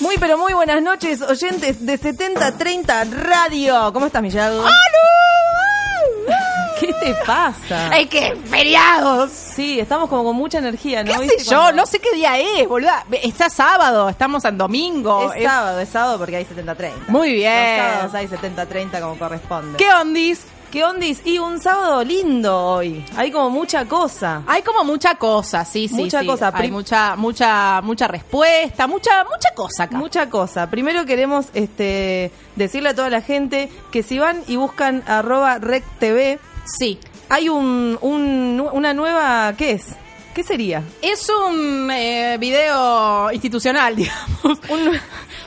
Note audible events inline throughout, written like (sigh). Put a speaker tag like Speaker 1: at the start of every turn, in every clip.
Speaker 1: Muy, pero muy buenas noches, oyentes de 7030 Radio. ¿Cómo estás, Millado? ¿Qué te pasa?
Speaker 2: ¡Ay, qué feriados!
Speaker 1: Eh, Sí, estamos como con mucha energía, ¿no?
Speaker 2: ¿Qué
Speaker 1: ¿Viste
Speaker 2: sé yo?
Speaker 1: cuando-
Speaker 2: No sé qué día es, boluda. Está sábado, estamos en domingo.
Speaker 1: Es
Speaker 2: Oh, Es-
Speaker 1: sábado, es sábado porque hay 7030.
Speaker 2: Muy bien.
Speaker 1: Los sábados hay 7030 como corresponde.
Speaker 2: ¿Qué ondis?
Speaker 1: ¿Qué ondis? Y un sábado lindo hoy. Hay como mucha cosa.
Speaker 2: Hay como mucha cosa, sí, sí.
Speaker 1: Mucha
Speaker 2: sí.
Speaker 1: cosa.
Speaker 2: Hay
Speaker 1: Prim-
Speaker 2: mucha, mucha, mucha respuesta, mucha, mucha cosa acá.
Speaker 1: Mucha cosa. Primero queremos este, decirle a toda la gente que si van y buscan arroba rectv,
Speaker 2: Sí.
Speaker 1: hay un, un- una nueva... ¿Qué es? ¿Qué sería?
Speaker 2: Es un eh, video institucional, (laughs) digamos.
Speaker 1: Un-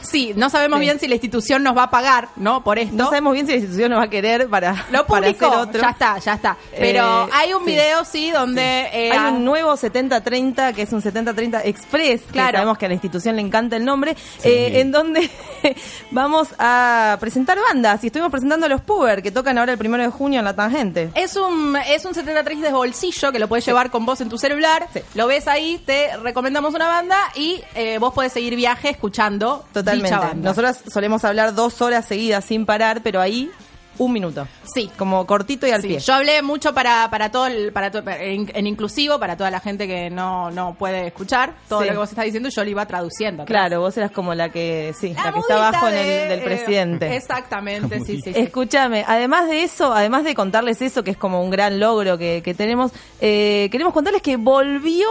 Speaker 2: Sí, no sabemos
Speaker 1: Sí.
Speaker 2: bien si la institución nos va a pagar, ¿no? Por esto.
Speaker 1: No sabemos bien si la institución nos va a querer para,
Speaker 2: Lo
Speaker 1: para hacer
Speaker 2: publicó,
Speaker 1: otro.
Speaker 2: ya está, ya está. Pero
Speaker 1: Eh,
Speaker 2: hay un
Speaker 1: sí.
Speaker 2: video, sí, donde... eh,
Speaker 1: Hay un nuevo 7030, que es un 7030 Express, claro.
Speaker 2: Claro.
Speaker 1: sabemos que a la institución le encanta el nombre, eh, en donde (laughs) vamos a presentar bandas. Y estuvimos presentando a los Puber, que tocan ahora el primero de junio en la tangente.
Speaker 2: Es un, es un 73 de bolsillo que lo puedes llevar con vos en tu celular.
Speaker 1: Sí.
Speaker 2: Lo ves ahí, te recomendamos una banda y eh, vos podés seguir viaje escuchando
Speaker 1: Totalmente.
Speaker 2: dicha banda.
Speaker 1: Nosotras solemos hablar dos horas seguidas sin parar, pero ahí un minuto.
Speaker 2: Sí.
Speaker 1: Como cortito y al
Speaker 2: Sí,
Speaker 1: pie.
Speaker 2: yo hablé mucho para, para todo el, para to- en, en inclusivo, para toda la gente que no, no puede escuchar todo
Speaker 1: Sí.
Speaker 2: lo que vos estás diciendo, yo lo iba traduciendo. atrás.
Speaker 1: Claro, vos eras como la que, sí, la,
Speaker 2: La
Speaker 1: que está
Speaker 2: mudita
Speaker 1: abajo en
Speaker 2: de,
Speaker 1: el, del
Speaker 2: eh,
Speaker 1: presidente.
Speaker 2: exactamente, sí, sí. sí.
Speaker 1: Escúchame, además de eso, además de contarles eso, que es como un gran logro que, que tenemos, eh, queremos contarles que volvió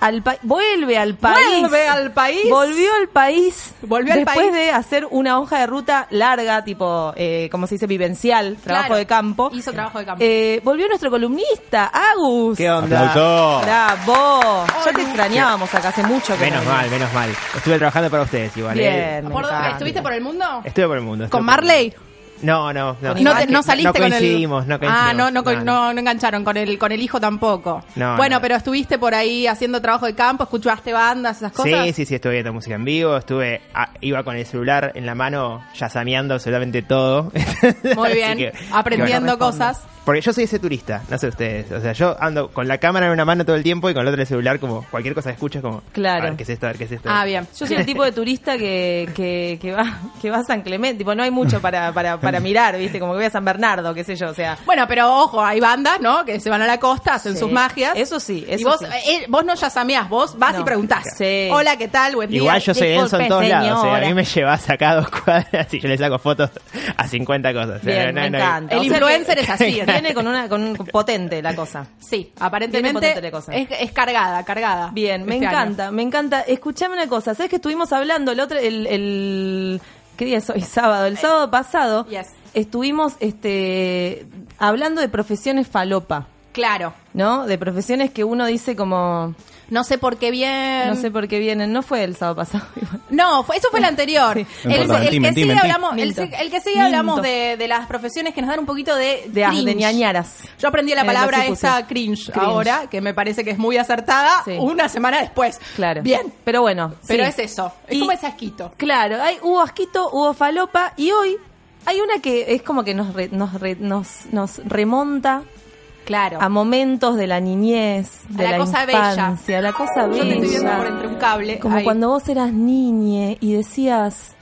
Speaker 1: al país, vuelve al país.
Speaker 2: Vuelve al país.
Speaker 1: Volvió al país.
Speaker 2: Volvió al
Speaker 1: después
Speaker 2: país.
Speaker 1: de hacer una hoja de ruta larga, tipo, eh, como se dice, vivencial, trabajo
Speaker 2: Claro,
Speaker 1: de campo.
Speaker 2: Hizo trabajo de campo.
Speaker 1: Eh, volvió nuestro columnista, Agus.
Speaker 3: ¿Qué onda?
Speaker 4: Aplauso.
Speaker 1: Bravo. Ya te extrañábamos acá hace mucho que
Speaker 3: Menos
Speaker 1: no
Speaker 3: mal,
Speaker 1: venías.
Speaker 3: menos mal. Estuve trabajando para ustedes igual.
Speaker 1: Bien.
Speaker 3: eh.
Speaker 2: ¿Por dónde-
Speaker 1: encanta.
Speaker 2: ¿Estuviste por el mundo?
Speaker 3: Estuve por el mundo. estuve
Speaker 2: ¿Con
Speaker 3: por el
Speaker 2: Marley?
Speaker 3: mundo. No, no, no.
Speaker 2: No, te- no saliste
Speaker 3: no
Speaker 2: con el-
Speaker 3: coincidimos, No coincidimos,
Speaker 2: Ah, no, no, co-
Speaker 3: no.
Speaker 2: no- no engancharon con el, con el hijo tampoco.
Speaker 3: No,
Speaker 2: bueno,
Speaker 3: no.
Speaker 2: pero estuviste por ahí haciendo trabajo de campo, escuchaste bandas, esas cosas.
Speaker 3: Sí, sí, sí, estuve viendo música en vivo, estuve, ah, iba con el celular en la mano, yazameando
Speaker 2: (laughs)
Speaker 3: absolutamente todo.
Speaker 2: Muy
Speaker 3: (laughs) Así
Speaker 2: bien,
Speaker 3: que-
Speaker 2: aprendiendo
Speaker 1: que bueno,
Speaker 2: cosas.
Speaker 3: Porque yo soy ese turista, no sé ustedes. O sea, yo ando con la cámara en una mano todo el tiempo y con la otra en el celular, como cualquier cosa que escucho, es como,
Speaker 1: Claro.
Speaker 3: a ver qué es esto, a ver qué es esto.
Speaker 2: Ah, bien.
Speaker 1: Yo
Speaker 3: (laughs)
Speaker 1: soy el tipo de turista que, que, que va que va a San Clemente, tipo, no hay mucho para, para, para mirar, ¿viste? Como que voy a San Bernardo, qué sé yo, o sea.
Speaker 2: Bueno, pero ojo, hay bandas, ¿no? Que se van a la costa, hacen
Speaker 1: Sí.
Speaker 2: sus magias.
Speaker 1: Eso sí, eso
Speaker 2: y vos,
Speaker 1: sí.
Speaker 2: eh, vos no yazameás, vos vas
Speaker 1: No.
Speaker 2: y preguntás.
Speaker 1: Sí.
Speaker 2: Hola, ¿qué tal? Buen día.
Speaker 3: Igual yo soy
Speaker 1: disculpe,
Speaker 3: denso en todos lados. O sea,
Speaker 1: señora.
Speaker 3: a mí me llevas acá a dos cuadras y yo le saco fotos a 50 cosas. O sea,
Speaker 1: Bien,
Speaker 3: no-
Speaker 1: me
Speaker 3: no-
Speaker 1: encanta.
Speaker 2: El
Speaker 1: O sea
Speaker 2: influencer
Speaker 1: que-
Speaker 2: es así, ¿eh?
Speaker 1: (laughs) Viene con una con un potente la cosa.
Speaker 2: Sí,
Speaker 1: Viene potente
Speaker 2: aparentemente
Speaker 1: la cosa.
Speaker 2: es, es cargada, cargada.
Speaker 1: Bien, me
Speaker 2: este año.
Speaker 1: encanta, me encanta. Escuchame una cosa, ¿sabes que estuvimos hablando el otro, el, el- ¿qué día es hoy? Sábado, el sábado pasado
Speaker 2: Yes.
Speaker 1: estuvimos este hablando de profesiones falopa,
Speaker 2: Claro.
Speaker 1: ¿no? De profesiones que uno dice como
Speaker 2: No sé por qué bien.
Speaker 1: no sé por qué vienen, no fue el sábado pasado. (laughs) igual.
Speaker 2: No, fue- eso fue el anterior. El,
Speaker 4: No importa,
Speaker 2: el
Speaker 4: mentí,
Speaker 2: que
Speaker 4: mentí,
Speaker 2: sigue
Speaker 4: mentí.
Speaker 2: hablamos, el,
Speaker 1: Minto.
Speaker 2: si- el que sigue hablamos
Speaker 1: Minto.
Speaker 2: de, de las profesiones que nos dan un poquito de
Speaker 1: De- de
Speaker 2: cringe.
Speaker 1: ñañaras.
Speaker 2: Yo aprendí
Speaker 1: Eh,
Speaker 2: la palabra
Speaker 1: los
Speaker 2: esa
Speaker 1: hicucios.
Speaker 2: cringe,
Speaker 1: Cringe.
Speaker 2: ahora, que me parece que es muy acertada,
Speaker 1: Sí.
Speaker 2: una semana después.
Speaker 1: Claro.
Speaker 2: Bien.
Speaker 1: Pero bueno.
Speaker 2: Pero
Speaker 1: sí.
Speaker 2: es eso. Es
Speaker 1: Y-
Speaker 2: como ese asquito.
Speaker 1: Claro, hay, hubo asquito, hubo falopa y hoy hay una que es como que nos, re- nos, re- nos, nos remonta
Speaker 2: Claro.
Speaker 1: a momentos de la niñez,
Speaker 2: A
Speaker 1: de la,
Speaker 2: la cosa bella.
Speaker 1: infancia, la cosa
Speaker 2: Yo
Speaker 1: bella.
Speaker 2: te estoy viendo por entre un cable.
Speaker 1: Como
Speaker 2: ahí.
Speaker 1: cuando vos eras niñe y decías,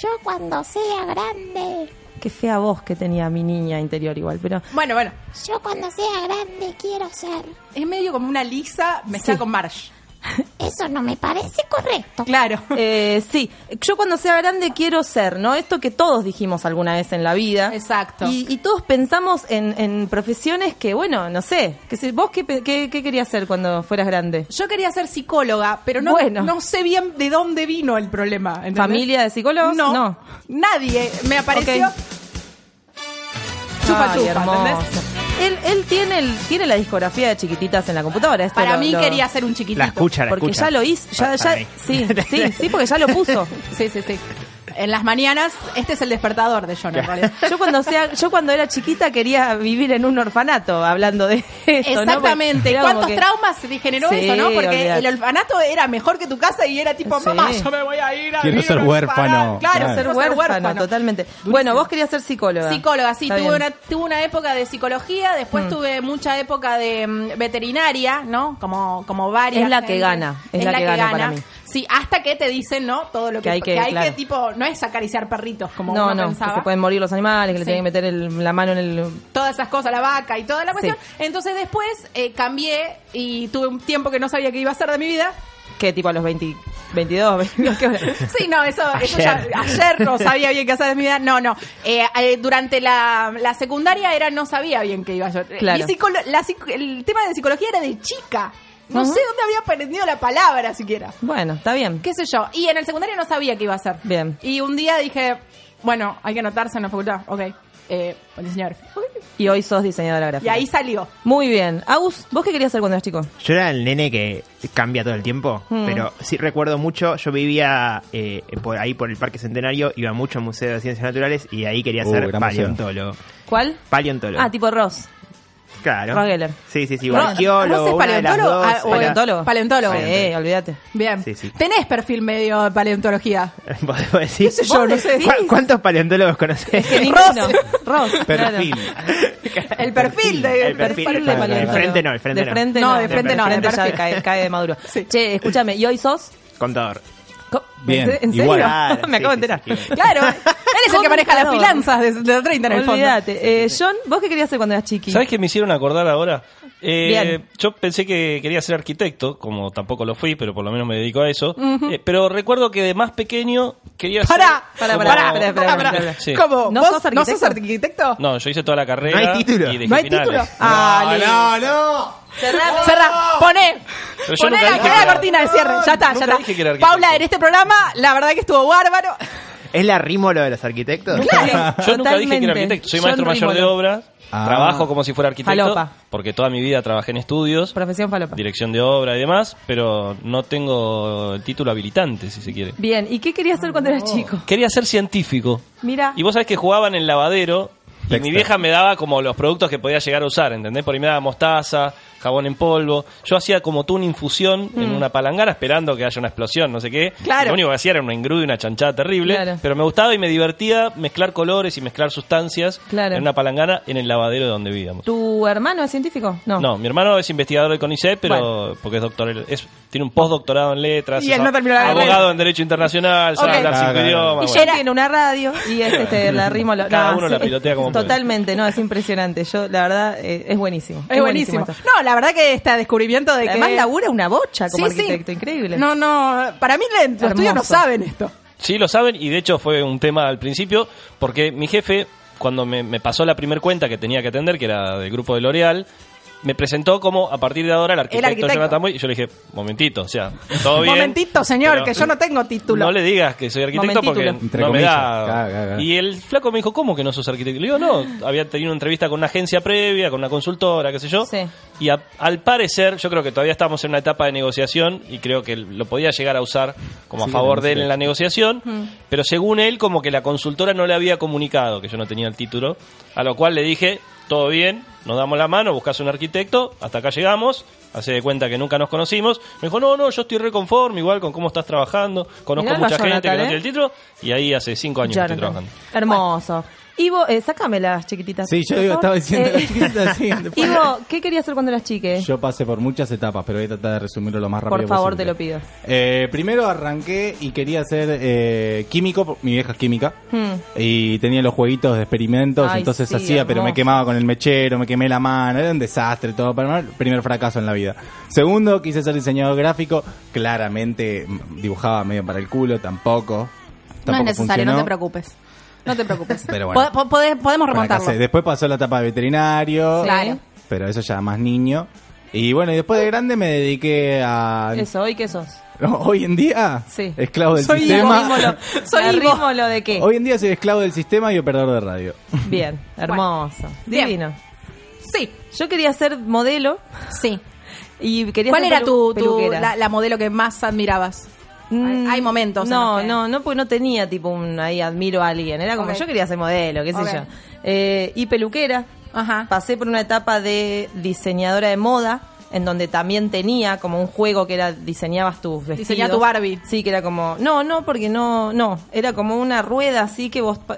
Speaker 5: Yo cuando sea grande,
Speaker 1: qué fea voz que tenía mi niña interior igual, pero
Speaker 2: Bueno, bueno.
Speaker 5: yo cuando sea grande quiero ser.
Speaker 2: Es medio como una lisa mezcla
Speaker 1: Sí.
Speaker 2: con Marsh.
Speaker 5: Eso no me parece correcto.
Speaker 2: Claro.
Speaker 1: Eh, sí, yo cuando sea grande quiero ser, ¿no? Esto que todos dijimos alguna vez en la vida.
Speaker 2: Exacto.
Speaker 1: Y, y todos pensamos en, en profesiones que, bueno, no sé, que si- vos qué, pe- qué, qué querías ser cuando fueras grande.
Speaker 2: Yo quería ser psicóloga, pero no,
Speaker 1: Bueno.
Speaker 2: no sé bien de dónde vino el problema. ¿entendés?
Speaker 1: ¿Familia de psicólogos?
Speaker 2: No.
Speaker 1: No.
Speaker 2: Nadie me apareció.
Speaker 1: Ok.
Speaker 2: Chupa
Speaker 1: Ay,
Speaker 2: chupa,
Speaker 1: hermoso.
Speaker 2: ¿entendés?
Speaker 1: Él, él tiene, el, tiene la discografía de chiquititas en la computadora. esto
Speaker 2: Para
Speaker 1: lo-
Speaker 2: mí
Speaker 1: lo-
Speaker 2: quería ser un chiquitito.
Speaker 3: La escucha, la
Speaker 1: Porque
Speaker 3: escucha.
Speaker 1: ya lo hizo, ya,
Speaker 3: Para-
Speaker 1: ya-
Speaker 3: para mí.
Speaker 1: sí, sí, sí, porque ya lo
Speaker 2: (laughs)
Speaker 1: puso.
Speaker 2: Sí, sí, sí. En las mañanas, este es el despertador de Jonah, en realidad.
Speaker 1: Yo cuando sea, yo cuando era chiquita quería vivir en un orfanato, hablando de (laughs) esto, ¿no? Porque
Speaker 2: Exactamente.
Speaker 1: era como
Speaker 2: ¿Cuántos
Speaker 1: que-
Speaker 2: traumas generó
Speaker 1: Sí,
Speaker 2: eso, no? Porque
Speaker 1: olvidate.
Speaker 2: el orfanato era mejor que tu casa y era tipo,
Speaker 1: Sí.
Speaker 2: mamá, yo me voy a ir a
Speaker 4: Quiero
Speaker 2: vivir
Speaker 4: ser
Speaker 2: a un
Speaker 4: huérfano.
Speaker 2: orfanato". Claro,
Speaker 4: Claro.
Speaker 2: ser
Speaker 1: Ser
Speaker 2: huérfano.
Speaker 1: huérfano, totalmente. Bueno, vos querías ser psicóloga.
Speaker 2: Psicóloga, sí,
Speaker 1: Está
Speaker 2: tuve
Speaker 1: bien.
Speaker 2: una, tuve una época de psicología, después tuve mucha época de mm, veterinaria, ¿no? Como, como varias.
Speaker 1: Es la que
Speaker 2: gente.
Speaker 1: gana, es la que gana para mí.
Speaker 2: Sí, hasta que te dicen, ¿no? Todo lo que,
Speaker 1: Que hay que- claro.
Speaker 2: tipo, no es acariciar perritos, como
Speaker 1: No,
Speaker 2: uno
Speaker 1: no,
Speaker 2: pensaba.
Speaker 1: que se pueden morir los animales, que le
Speaker 2: Sí.
Speaker 1: tienen que meter el- la mano en el
Speaker 2: Todas esas cosas, la vaca y toda la cuestión.
Speaker 1: Sí.
Speaker 2: Entonces después eh, cambié y tuve un tiempo que no sabía qué iba a hacer de mi vida.
Speaker 1: ¿Qué tipo a los 20, 22, 22? ¿Qué hora?
Speaker 2: (laughs) Sí, no, eso, eso ya-
Speaker 3: Ayer.
Speaker 2: ayer no sabía bien qué hacer de mi vida. No, no. Eh, eh, durante la, la secundaria era no sabía bien qué iba yo. Eh,
Speaker 1: Claro.
Speaker 2: Mi psicolo- la psico- el tema de psicología era de chica. No
Speaker 1: Ujú.
Speaker 2: sé dónde había aprendido la palabra siquiera.
Speaker 1: Bueno, está bien.
Speaker 2: qué sé yo. Y en el secundario no sabía qué iba a hacer.
Speaker 1: Bien.
Speaker 2: Y un día dije, bueno, hay que anotarse en la facultad. Ok. Eh, bueno, señor.
Speaker 1: Y hoy sos diseñadora
Speaker 2: Y
Speaker 1: gráfica.
Speaker 2: ahí salió.
Speaker 1: Muy bien. Agus, ¿vos qué querías ser cuando eras chico?
Speaker 3: Yo era el nene que cambia todo el tiempo,
Speaker 1: Mm.
Speaker 3: pero sí recuerdo mucho, yo vivía eh, por ahí por el Parque Centenario, iba mucho al Museo de Ciencias Naturales y ahí quería
Speaker 4: Uh,
Speaker 3: ser
Speaker 4: gran museo.
Speaker 3: paleontólogo.
Speaker 1: ¿Cuál?
Speaker 3: Paleontólogo.
Speaker 1: Ah, tipo Ross.
Speaker 3: claro.
Speaker 1: Rogeler.
Speaker 3: Sí, sí, sí, o
Speaker 2: Ro-
Speaker 3: arqueólogo,
Speaker 2: ¿Ross es
Speaker 3: una de las
Speaker 2: paleontólogo?
Speaker 3: dos,
Speaker 2: Ah,
Speaker 3: era-
Speaker 1: ¿Paleontólogo?
Speaker 2: Paleontólogo.
Speaker 1: Sí, olvídate.
Speaker 2: Bien.
Speaker 3: Sí, sí.
Speaker 2: Tenés perfil medio de paleontología.
Speaker 3: (laughs) ¿Vos decís?
Speaker 2: sé yo? No sé.
Speaker 3: ¿Cu- ¿Cuántos paleontólogos conoces?
Speaker 1: Que ninguno.
Speaker 3: (laughs)
Speaker 1: Ross. claro. (laughs)
Speaker 4: Perfil.
Speaker 2: El perfil de,
Speaker 3: El perfil,
Speaker 1: Perfil de
Speaker 3: claro,
Speaker 1: paleontólogo.
Speaker 3: claro. De frente no, el frente
Speaker 1: de
Speaker 3: no.
Speaker 1: frente
Speaker 2: No,
Speaker 1: no.
Speaker 2: de frente no,
Speaker 1: De
Speaker 2: de
Speaker 1: frente ya
Speaker 2: perfil.
Speaker 1: cae, cae de maduro. Che, escúchame, ¿y hoy sos?
Speaker 3: Contador.
Speaker 1: Co-
Speaker 4: Bien,
Speaker 1: ¿En se- ¿En serio?
Speaker 4: igual.
Speaker 1: (laughs)
Speaker 3: Claro,
Speaker 1: Me
Speaker 3: sí,
Speaker 1: acabo
Speaker 3: sí,
Speaker 1: de enterar.
Speaker 3: sí,
Speaker 1: (laughs)
Speaker 3: sí.
Speaker 2: Claro. Eres el que maneja las
Speaker 1: Contador.
Speaker 2: finanzas de, de 30 en el fondo.
Speaker 1: Olvídate. Eh, John, ¿vos qué querías hacer cuando eras chiqui?
Speaker 6: ¿Sabes qué me hicieron acordar ahora? Eh,
Speaker 1: Bien.
Speaker 6: Yo pensé que quería ser arquitecto, como tampoco lo fui, pero por lo menos me dedico a eso. Eh, pero recuerdo que de más pequeño quería ser.
Speaker 2: Pará.
Speaker 1: Pará,
Speaker 6: como-
Speaker 1: pará, pará, pará, pará, pará, pará.
Speaker 6: Sí.
Speaker 2: ¿Cómo?
Speaker 1: ¿No
Speaker 2: ¿Vos
Speaker 1: sos
Speaker 2: ¿No sos arquitecto?
Speaker 6: No, yo hice toda la carrera.
Speaker 3: No hay título.
Speaker 6: Y dejé
Speaker 2: ¿No hay
Speaker 6: finales.
Speaker 2: título?
Speaker 1: Ah,
Speaker 4: no, no.
Speaker 1: Cerralo.
Speaker 2: Cerra, poné.
Speaker 6: Pero yo
Speaker 2: Poné
Speaker 6: nunca
Speaker 2: la,
Speaker 6: dije
Speaker 2: poné
Speaker 6: que
Speaker 2: la
Speaker 6: era-
Speaker 2: cortina de cierre. Ya está, ya
Speaker 6: Nunca
Speaker 2: está.
Speaker 6: dije que era arquitecto.
Speaker 2: Paula, en este programa, la verdad que estuvo bárbaro.
Speaker 3: ¿Es la rimo lo de los arquitectos?
Speaker 6: Yo nunca dije que
Speaker 1: Totalmente.
Speaker 6: era arquitecto. Soy
Speaker 1: John
Speaker 6: maestro mayor de
Speaker 1: Rimolo.
Speaker 6: obras.
Speaker 4: Ah.
Speaker 6: Trabajo como si fuera arquitecto.
Speaker 1: Falopa.
Speaker 6: Porque toda mi vida trabajé en estudios,
Speaker 1: Profesión falopa.
Speaker 6: dirección de obra y demás, pero no tengo el título habilitante, si se quiere.
Speaker 1: Bien, ¿y qué querías hacer cuando eras chico?
Speaker 6: Quería ser científico.
Speaker 1: Mira.
Speaker 6: Y vos sabés que jugaban en lavadero y
Speaker 4: Dexter.
Speaker 6: mi vieja me daba como los productos que podía llegar a usar, ¿entendés? Por ahí me daba mostaza, jabón en polvo. Yo hacía como tú una infusión en una palangana esperando que haya una explosión, no sé qué.
Speaker 1: Claro.
Speaker 6: Y Lo único que hacía era una engrudo y una chanchada terrible.
Speaker 1: Claro.
Speaker 6: Pero me gustaba y me divertía mezclar colores y mezclar sustancias
Speaker 1: Claro.
Speaker 6: en una palangana en el lavadero de donde vivíamos.
Speaker 1: ¿Tu hermano es científico? No.
Speaker 6: No, mi hermano es investigador del CONICET, pero
Speaker 1: Bueno.
Speaker 6: porque es doctor, es, tiene un postdoctorado en letras,
Speaker 2: Y
Speaker 6: es
Speaker 2: él no terminó la
Speaker 6: abogado
Speaker 2: carrera.
Speaker 6: en derecho internacional, sabe
Speaker 2: Ok.
Speaker 6: hablar
Speaker 4: Ah,
Speaker 6: cinco
Speaker 4: claro.
Speaker 6: idiomas.
Speaker 1: Y
Speaker 6: bueno.
Speaker 1: yo tiene una radio y es este, la rimo lo-
Speaker 6: Cada
Speaker 1: no,
Speaker 6: uno la pilotea como puede.
Speaker 1: Totalmente, no, es impresionante. Yo, la verdad, eh, es buenísimo.
Speaker 2: Es buenísimo.
Speaker 1: esto.
Speaker 2: No, la verdad que este descubrimiento de que.
Speaker 1: Además, labura una bocha como
Speaker 2: Sí, sí.
Speaker 1: arquitecto, increíble.
Speaker 2: No, no. Para mí, le- los
Speaker 1: Hermoso.
Speaker 2: tuyos no saben esto.
Speaker 6: Sí, lo saben, y de hecho fue un tema al principio, porque mi jefe, cuando me, me pasó la primer cuenta que tenía que atender, que era del grupo de L'Oreal, me presentó como a partir de ahora el arquitecto,
Speaker 2: arquitecto.
Speaker 6: Jonathan Moy, y yo le dije, momentito, o sea,
Speaker 2: (laughs)
Speaker 6: todo bien.
Speaker 2: Momentito, señor,
Speaker 6: pero
Speaker 2: que yo no tengo título.
Speaker 6: No le digas que soy arquitecto porque
Speaker 1: Momentítulo.
Speaker 4: Entre
Speaker 6: no me
Speaker 4: comillas.
Speaker 6: da.
Speaker 4: Claro, claro, claro.
Speaker 6: Y el flaco me dijo, ¿cómo que no sos arquitecto? Le digo, no, había tenido una entrevista con una agencia previa, con una consultora, qué sé yo.
Speaker 1: Sí.
Speaker 6: Y a- al parecer, yo creo que todavía estábamos en una etapa de negociación y creo que lo podía llegar a usar como
Speaker 4: Sí,
Speaker 6: a favor
Speaker 4: era
Speaker 6: de él en la
Speaker 4: excelente.
Speaker 6: negociación, pero según él, como que la consultora no le había comunicado que yo no tenía el título, a lo cual le dije, todo bien, nos damos la mano, buscas un arquitecto, hasta acá llegamos, hace de cuenta que nunca nos conocimos, me dijo, no, no, yo estoy reconforme igual con cómo estás trabajando, conozco
Speaker 1: Mirá lo
Speaker 6: mucha gente
Speaker 1: Jonathan,
Speaker 6: que no
Speaker 1: ¿eh?
Speaker 6: tiene el título, y ahí hace cinco años que estoy
Speaker 1: Jonathan.
Speaker 6: trabajando.
Speaker 1: Hermoso. Ivo, eh, sácame las chiquititas.
Speaker 4: Sí, yo
Speaker 1: por
Speaker 4: digo,
Speaker 1: favor.
Speaker 4: estaba diciendo
Speaker 1: Eh,
Speaker 4: las chiquitas, sí,
Speaker 1: (laughs)
Speaker 4: después.
Speaker 1: Ivo, ¿qué querías hacer cuando eras chique?
Speaker 4: Yo pasé por muchas etapas, pero voy a tratar de resumirlo lo más
Speaker 1: Por
Speaker 4: rápido
Speaker 1: favor,
Speaker 4: posible.
Speaker 1: te lo pido.
Speaker 4: Eh, primero arranqué y quería ser eh, químico, por- mi vieja es química.
Speaker 1: Hmm.
Speaker 4: Y tenía los jueguitos de experimentos,
Speaker 1: Ay,
Speaker 4: entonces
Speaker 1: sí,
Speaker 4: hacía, pero me
Speaker 1: hermoso.
Speaker 4: quemaba con el mechero, me quemé la mano, era un desastre todo. para- Primer fracaso en la vida. Segundo, quise ser diseñador gráfico, claramente mm, dibujaba medio para el culo, tampoco.
Speaker 2: No es
Speaker 4: tampoco
Speaker 2: necesario, no
Speaker 4: funcionó.
Speaker 2: te preocupes. No te preocupes.
Speaker 4: Pero bueno.
Speaker 2: Po- po- podés- podemos remontarlo.
Speaker 4: Fracasé. Después pasó la etapa de veterinario,
Speaker 2: Claro.
Speaker 4: pero eso ya más niño. Y bueno, y después de grande me dediqué a...
Speaker 1: Eso, ¿hoy qué sos?
Speaker 4: No, (laughs) Hoy en día,
Speaker 1: Sí.
Speaker 4: esclavo del
Speaker 2: Soy
Speaker 1: (laughs)
Speaker 4: sistema. (laughs)
Speaker 1: Rímolo.
Speaker 2: Soy
Speaker 1: La
Speaker 2: Ivo.
Speaker 1: rímolo de qué?
Speaker 4: Hoy en día soy esclavo del sistema y operador de radio.
Speaker 1: Bien, hermoso.
Speaker 2: Bien.
Speaker 1: Divino.
Speaker 2: Sí,
Speaker 1: Yo quería ser modelo
Speaker 2: sí.
Speaker 1: y quería
Speaker 2: ¿Cuál
Speaker 1: ser
Speaker 2: era
Speaker 1: pelu-
Speaker 2: tu, tu-
Speaker 1: peluquera.
Speaker 2: la, la modelo que más admirabas?
Speaker 1: Mm,
Speaker 2: hay momentos en
Speaker 1: No,
Speaker 2: los que-
Speaker 1: no, no, porque no tenía tipo un ahí admiro a alguien. Era como
Speaker 2: Ok.
Speaker 1: yo quería ser modelo, qué sé
Speaker 2: Ok.
Speaker 1: yo. Eh, y peluquera.
Speaker 2: Ajá.
Speaker 1: Pasé por una etapa de diseñadora de moda, en donde también tenía como un juego que era diseñabas tus vestidos.
Speaker 2: Diseñá tu Barbie.
Speaker 1: Sí, que era como. No, no, porque no, no. Era como una rueda así que vos pa-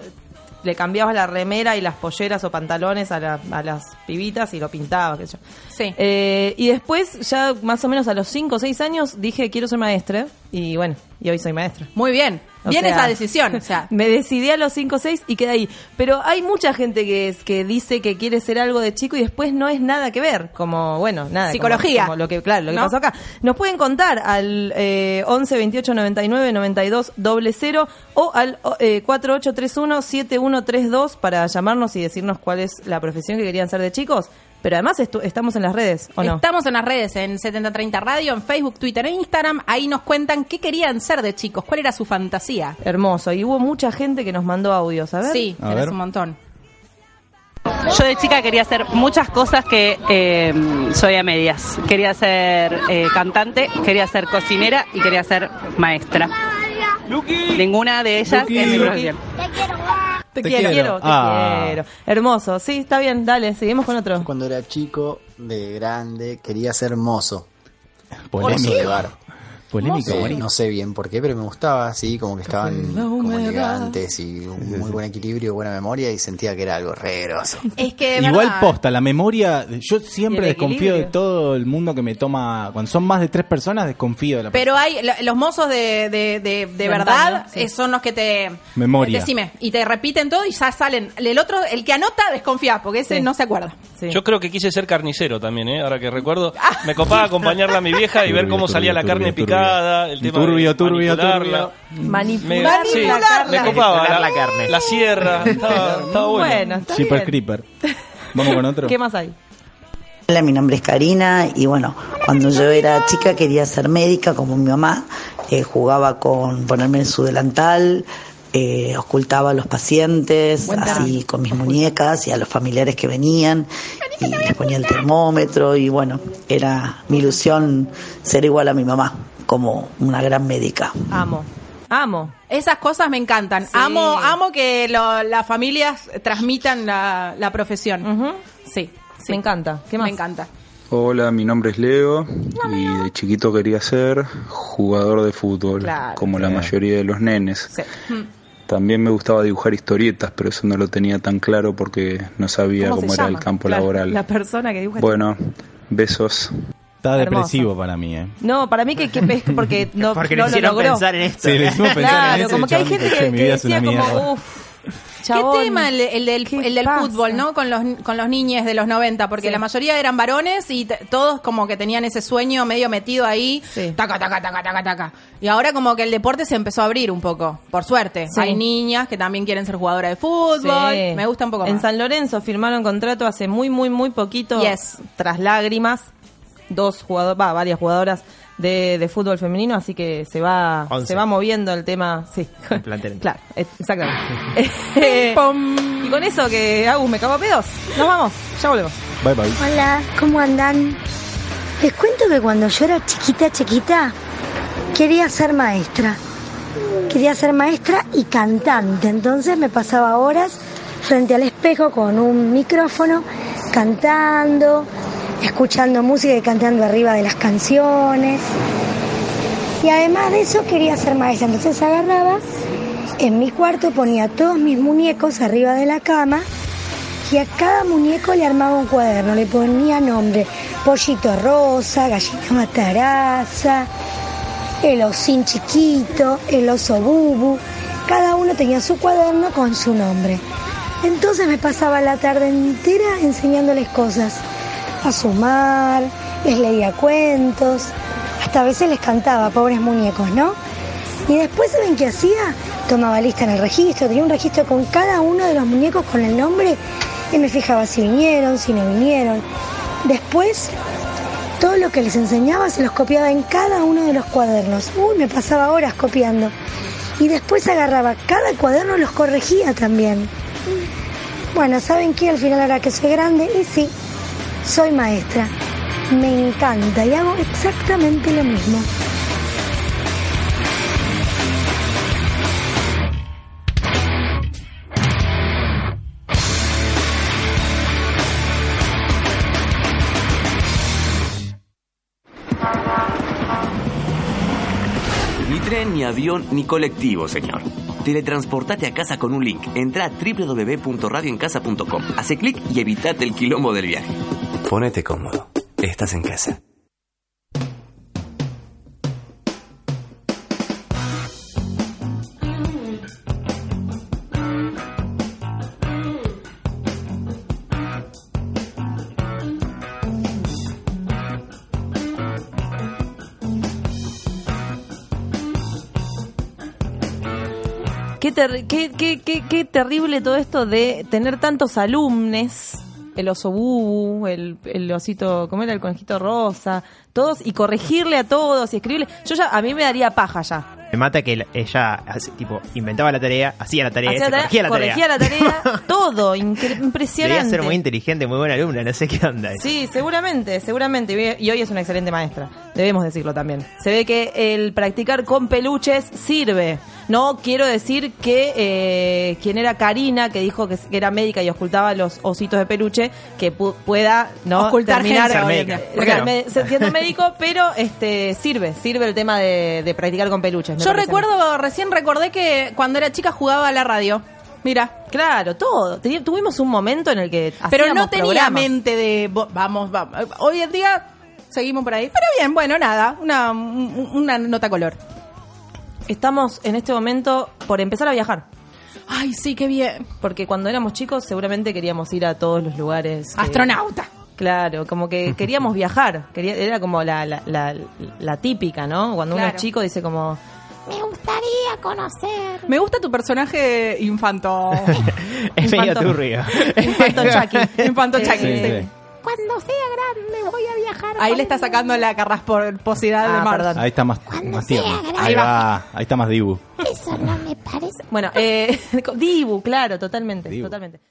Speaker 1: le cambiabas la remera y las polleras o pantalones a, la- a las pibitas y lo pintabas, qué sé yo.
Speaker 2: Sí.
Speaker 1: Eh, y después, ya más o menos a los 5 o 6 años, dije quiero ser maestra. Y bueno, y hoy soy maestra.
Speaker 2: Muy bien.
Speaker 1: O
Speaker 2: bien
Speaker 1: sea,
Speaker 2: esa decisión. O sea,
Speaker 1: (laughs) me decidí a los 5 o 6 y quedé ahí. Pero hay mucha gente que, es, que dice que quiere ser algo de chico y después no es nada que ver. Como, bueno, nada. como-
Speaker 2: Psicología.
Speaker 1: Como, lo que, claro, lo que
Speaker 2: ¿No?
Speaker 1: pasó acá. Nos pueden contar al eh, 11 28 99 92 00 o al oh, eh, 4831 7132 para llamarnos y decirnos cuál es la profesión que querían ser de chicos. Pero además estu- estamos en las redes, ¿o no?
Speaker 2: Estamos en las redes, en 7030 Radio, en Facebook, Twitter e Instagram. Ahí nos cuentan qué querían ser de chicos, cuál era su fantasía.
Speaker 1: Hermoso. Y hubo mucha gente que nos mandó audios, a ver.
Speaker 2: Sí,
Speaker 4: A
Speaker 2: tenés
Speaker 4: ver.
Speaker 2: un montón.
Speaker 7: Yo de chica quería hacer muchas cosas que eh, soy a medias. Quería ser eh, cantante, quería ser cocinera y quería ser maestra. Ninguna de ellas
Speaker 4: Luqui.
Speaker 7: es mi profesión.
Speaker 1: Te,
Speaker 4: Te
Speaker 1: quiero,
Speaker 4: quiero.
Speaker 1: quiero, te
Speaker 4: Ah.
Speaker 1: quiero. Hermoso. Sí, está bien, dale, seguimos con otro.
Speaker 8: Cuando era chico, de grande, quería ser mozo. Mozo de
Speaker 4: (laughs) Polémico.
Speaker 8: bar.
Speaker 4: Polémico,
Speaker 8: Eh,
Speaker 4: bonito.
Speaker 8: no sé bien por qué, pero me gustaba así, como que estaban como elegantes y un muy buen equilibrio, buena memoria y sentía que era algo re groso.
Speaker 2: Es que
Speaker 4: Igual posta, la memoria, yo siempre
Speaker 1: Y el
Speaker 4: desconfío de
Speaker 1: equilibrio.
Speaker 4: todo el mundo que me toma, cuando son más de tres personas, desconfío de la
Speaker 2: Pero hay lo- los mozos de, de, de- de verdad
Speaker 1: antaño, sí.
Speaker 2: eh, son los que te
Speaker 4: Memoria.
Speaker 2: Decime, y te repiten todo y ya salen. El otro, el que anota, desconfía, porque ese
Speaker 1: Sí.
Speaker 2: no se acuerda.
Speaker 1: Sí. Mm. Ah.
Speaker 6: Yo creo que quise ser carnicero también, ¿eh? ahora que recuerdo. Me copaba acompañarla a mi
Speaker 4: (laughs)
Speaker 6: vieja y ver
Speaker 4: Turbio,
Speaker 6: cómo salía la
Speaker 4: turbio,
Speaker 6: carne
Speaker 4: turbio,
Speaker 6: picada, el tema de
Speaker 4: Turbio, turbio,
Speaker 6: manipularla.
Speaker 4: turbio.
Speaker 6: Me,
Speaker 1: Manipular
Speaker 6: sí,
Speaker 1: la
Speaker 6: me
Speaker 1: carne.
Speaker 6: copaba la,
Speaker 3: Manipular la carne.
Speaker 6: la sierra, estaba, estaba
Speaker 1: (laughs)
Speaker 6: bueno.
Speaker 1: Bueno, está
Speaker 4: Shipper
Speaker 1: bien.
Speaker 4: Creeper.
Speaker 1: (laughs)
Speaker 4: Vamos con otro.
Speaker 1: ¿Qué más hay?
Speaker 9: Hola, mi nombre es Karina y bueno, cuando yo era chica quería ser médica como mi mamá. Eh, jugaba con ponerme en su delantal, eh, ocultaba a los pacientes, así con mis muñecas y a los familiares que venían y les ponía el termómetro y bueno, era mi ilusión ser igual a mi mamá como una gran médica.
Speaker 1: Amo. Amo.
Speaker 2: Esas cosas me encantan. Amo, amo que lo- las familias transmitan la, la profesión.
Speaker 1: Ujú.
Speaker 2: Sí, sí.
Speaker 1: Me encanta. Mm. ¿Qué más?
Speaker 2: Me encanta.
Speaker 10: Hola, mi nombre es Leo y de chiquito quería ser jugador de fútbol,
Speaker 2: Claro.
Speaker 10: como la
Speaker 4: Sí.
Speaker 10: mayoría de los nenes.
Speaker 1: Sí. Mm.
Speaker 10: También me gustaba dibujar historietas, pero eso no lo tenía tan claro porque no sabía
Speaker 1: ¿Cómo
Speaker 10: cómo,
Speaker 1: se
Speaker 10: era
Speaker 1: llama?
Speaker 10: el campo
Speaker 1: Claro,
Speaker 10: laboral.
Speaker 1: La persona que dibuja.
Speaker 10: Bueno, besos.
Speaker 4: Está
Speaker 1: Hermoso.
Speaker 4: depresivo para mí, eh.
Speaker 1: No, para mí que, que pes- porque no,
Speaker 3: Porque
Speaker 1: no lo
Speaker 3: le hicieron
Speaker 1: logró.
Speaker 3: pensar en esto.
Speaker 4: Sí, le hicimos pensar en
Speaker 1: Claro,
Speaker 4: ese
Speaker 1: como que hay
Speaker 4: chabón
Speaker 1: gente
Speaker 4: dijo,
Speaker 1: que,
Speaker 4: "Che, mi
Speaker 1: que
Speaker 4: vida es una
Speaker 1: decía
Speaker 4: mierda".
Speaker 1: como, "Uh, uff, chabón.
Speaker 2: ¿Qué tema el, el del,
Speaker 1: ¿Qué
Speaker 2: el del
Speaker 1: pasa?
Speaker 2: fútbol, no? Con los, con los niños de los 90, porque
Speaker 1: Sí.
Speaker 2: la mayoría eran varones y t- todos como que tenían ese sueño medio metido ahí.
Speaker 1: Sí.
Speaker 2: Taca, taca, taca, taca, taca. Y ahora como que el deporte se empezó a abrir un poco, por suerte.
Speaker 1: Sí.
Speaker 2: Hay niñas que también quieren ser jugadoras de fútbol.
Speaker 1: Sí.
Speaker 2: Me gusta un poco
Speaker 1: En
Speaker 2: más.
Speaker 1: San Lorenzo firmaron contrato hace muy, muy, muy poquito.
Speaker 2: Yes.
Speaker 1: Tras lágrimas. Dos jugadoras, va, varias jugadoras de, de fútbol femenino, así que se va,
Speaker 3: Once.
Speaker 1: se va moviendo el tema. Sí.
Speaker 3: El plantel.
Speaker 1: (laughs) claro, eh, exactamente. Eh, (laughs) y con eso que Agus me cago a pedos, nos vamos, ya volvemos.
Speaker 4: Bye bye.
Speaker 11: Hola, ¿cómo andan? Les cuento que cuando yo era chiquita, chiquita, quería ser maestra. Quería ser maestra y cantante. Entonces me pasaba horas frente al espejo con un micrófono, cantando, escuchando música y cantando arriba de las canciones. Y además de eso quería ser maestra. Entonces agarraba, en mi cuarto ponía todos mis muñecos arriba de la cama y a cada muñeco le armaba un cuaderno, le ponía nombre, pollito rosa, gallina mataraza, el osín chiquito, el oso bubu, cada uno tenía su cuaderno con su nombre. Entonces me pasaba la tarde entera enseñándoles cosas, a sumar, les leía cuentos, hasta a veces les cantaba, pobres muñecos, ¿no? Y después, ¿saben qué hacía? Tomaba lista en el registro, tenía un registro con cada uno de los muñecos con el nombre y me fijaba si vinieron, si no vinieron. Después, todo lo que les enseñaba se los copiaba en cada uno de los cuadernos. Uy, me pasaba horas copiando. Y después agarraba cada cuaderno y los corregía también. Bueno, ¿saben qué? Al final ahora que soy grande, y sí, soy maestra. Me encanta y hago exactamente lo mismo.
Speaker 12: Ni tren, ni avión, ni colectivo, señor. Teletransportate a casa con un link. Entra a www.radioencasa.com. Hace clic y evitate el quilombo del viaje. Ponete cómodo. Estás en casa.
Speaker 1: Qué, terri- qué, qué- qué- qué terrible todo esto de tener tantos alumnos. El oso bubu, el, el osito, ¿cómo era? El conejito rosa. Todos, y corregirle a todos y escribirle. Yo ya, a mí me daría paja ya.
Speaker 3: Me mata que la- ella hace- tipo inventaba la tarea, hacía la tarea,
Speaker 1: Hacía
Speaker 3: se
Speaker 1: la tarea,
Speaker 3: corregía la tarea.
Speaker 1: corregía la tarea,
Speaker 3: (laughs)
Speaker 1: todo, incre-
Speaker 3: Debía
Speaker 1: impresionante.
Speaker 3: ser muy inteligente, muy buena alumna, no sé qué onda.
Speaker 1: Sí, seguramente, seguramente. Y hoy es una excelente maestra. Debemos decirlo también. Se ve que el practicar con peluches sirve. No quiero decir que eh, quien era Karina, que dijo que que era médica y ocultaba los ositos de peluche, que pu- pueda no
Speaker 2: Ocultar
Speaker 1: terminar
Speaker 2: gente,
Speaker 1: eh,
Speaker 2: obviamente.
Speaker 1: ser
Speaker 2: ¿Por qué no?
Speaker 1: me- ser- siendo médico, pero este sirve, sirve el tema de, de practicar con peluches. me
Speaker 2: Yo
Speaker 1: parece a mí.
Speaker 2: recuerdo, recién recordé que cuando era chica jugaba a la radio. Mira.
Speaker 1: Claro, todo. Teni- tuvimos un momento en el que
Speaker 2: Pero no
Speaker 1: hacíamos
Speaker 2: tenía
Speaker 1: programas.
Speaker 2: mente de "Bo- vamos, vamos. Hoy en día seguimos por ahí. Pero bien, bueno, nada. Una, un- una nota color.
Speaker 1: Estamos en este momento por empezar a viajar.
Speaker 2: Ay, sí, qué bien.
Speaker 1: Porque cuando éramos chicos seguramente queríamos ir a todos los lugares. que-
Speaker 2: Astronauta.
Speaker 1: Claro, como que queríamos viajar. Quería, era como la, la, la- la típica, ¿no? Cuando uno
Speaker 2: Claro.
Speaker 1: es chico dice como...
Speaker 2: Me gustaría conocer. Me gusta tu personaje infanto.
Speaker 3: Es medio
Speaker 2: Infanto-
Speaker 3: turbio.
Speaker 2: (laughs) Infanto
Speaker 3: (laughs)
Speaker 2: Chucky. Infanto Chucky. sí.
Speaker 5: Cuando sea grande voy a viajar.
Speaker 2: Ahí le está sacando la carrasposidad de Mar.
Speaker 4: Ahí está más, más tierno.
Speaker 1: grande.
Speaker 4: Ahí va, ahí está más Dibu.
Speaker 1: (laughs) Eso no me parece... Bueno, eh, Dibu, claro, totalmente, totalmente.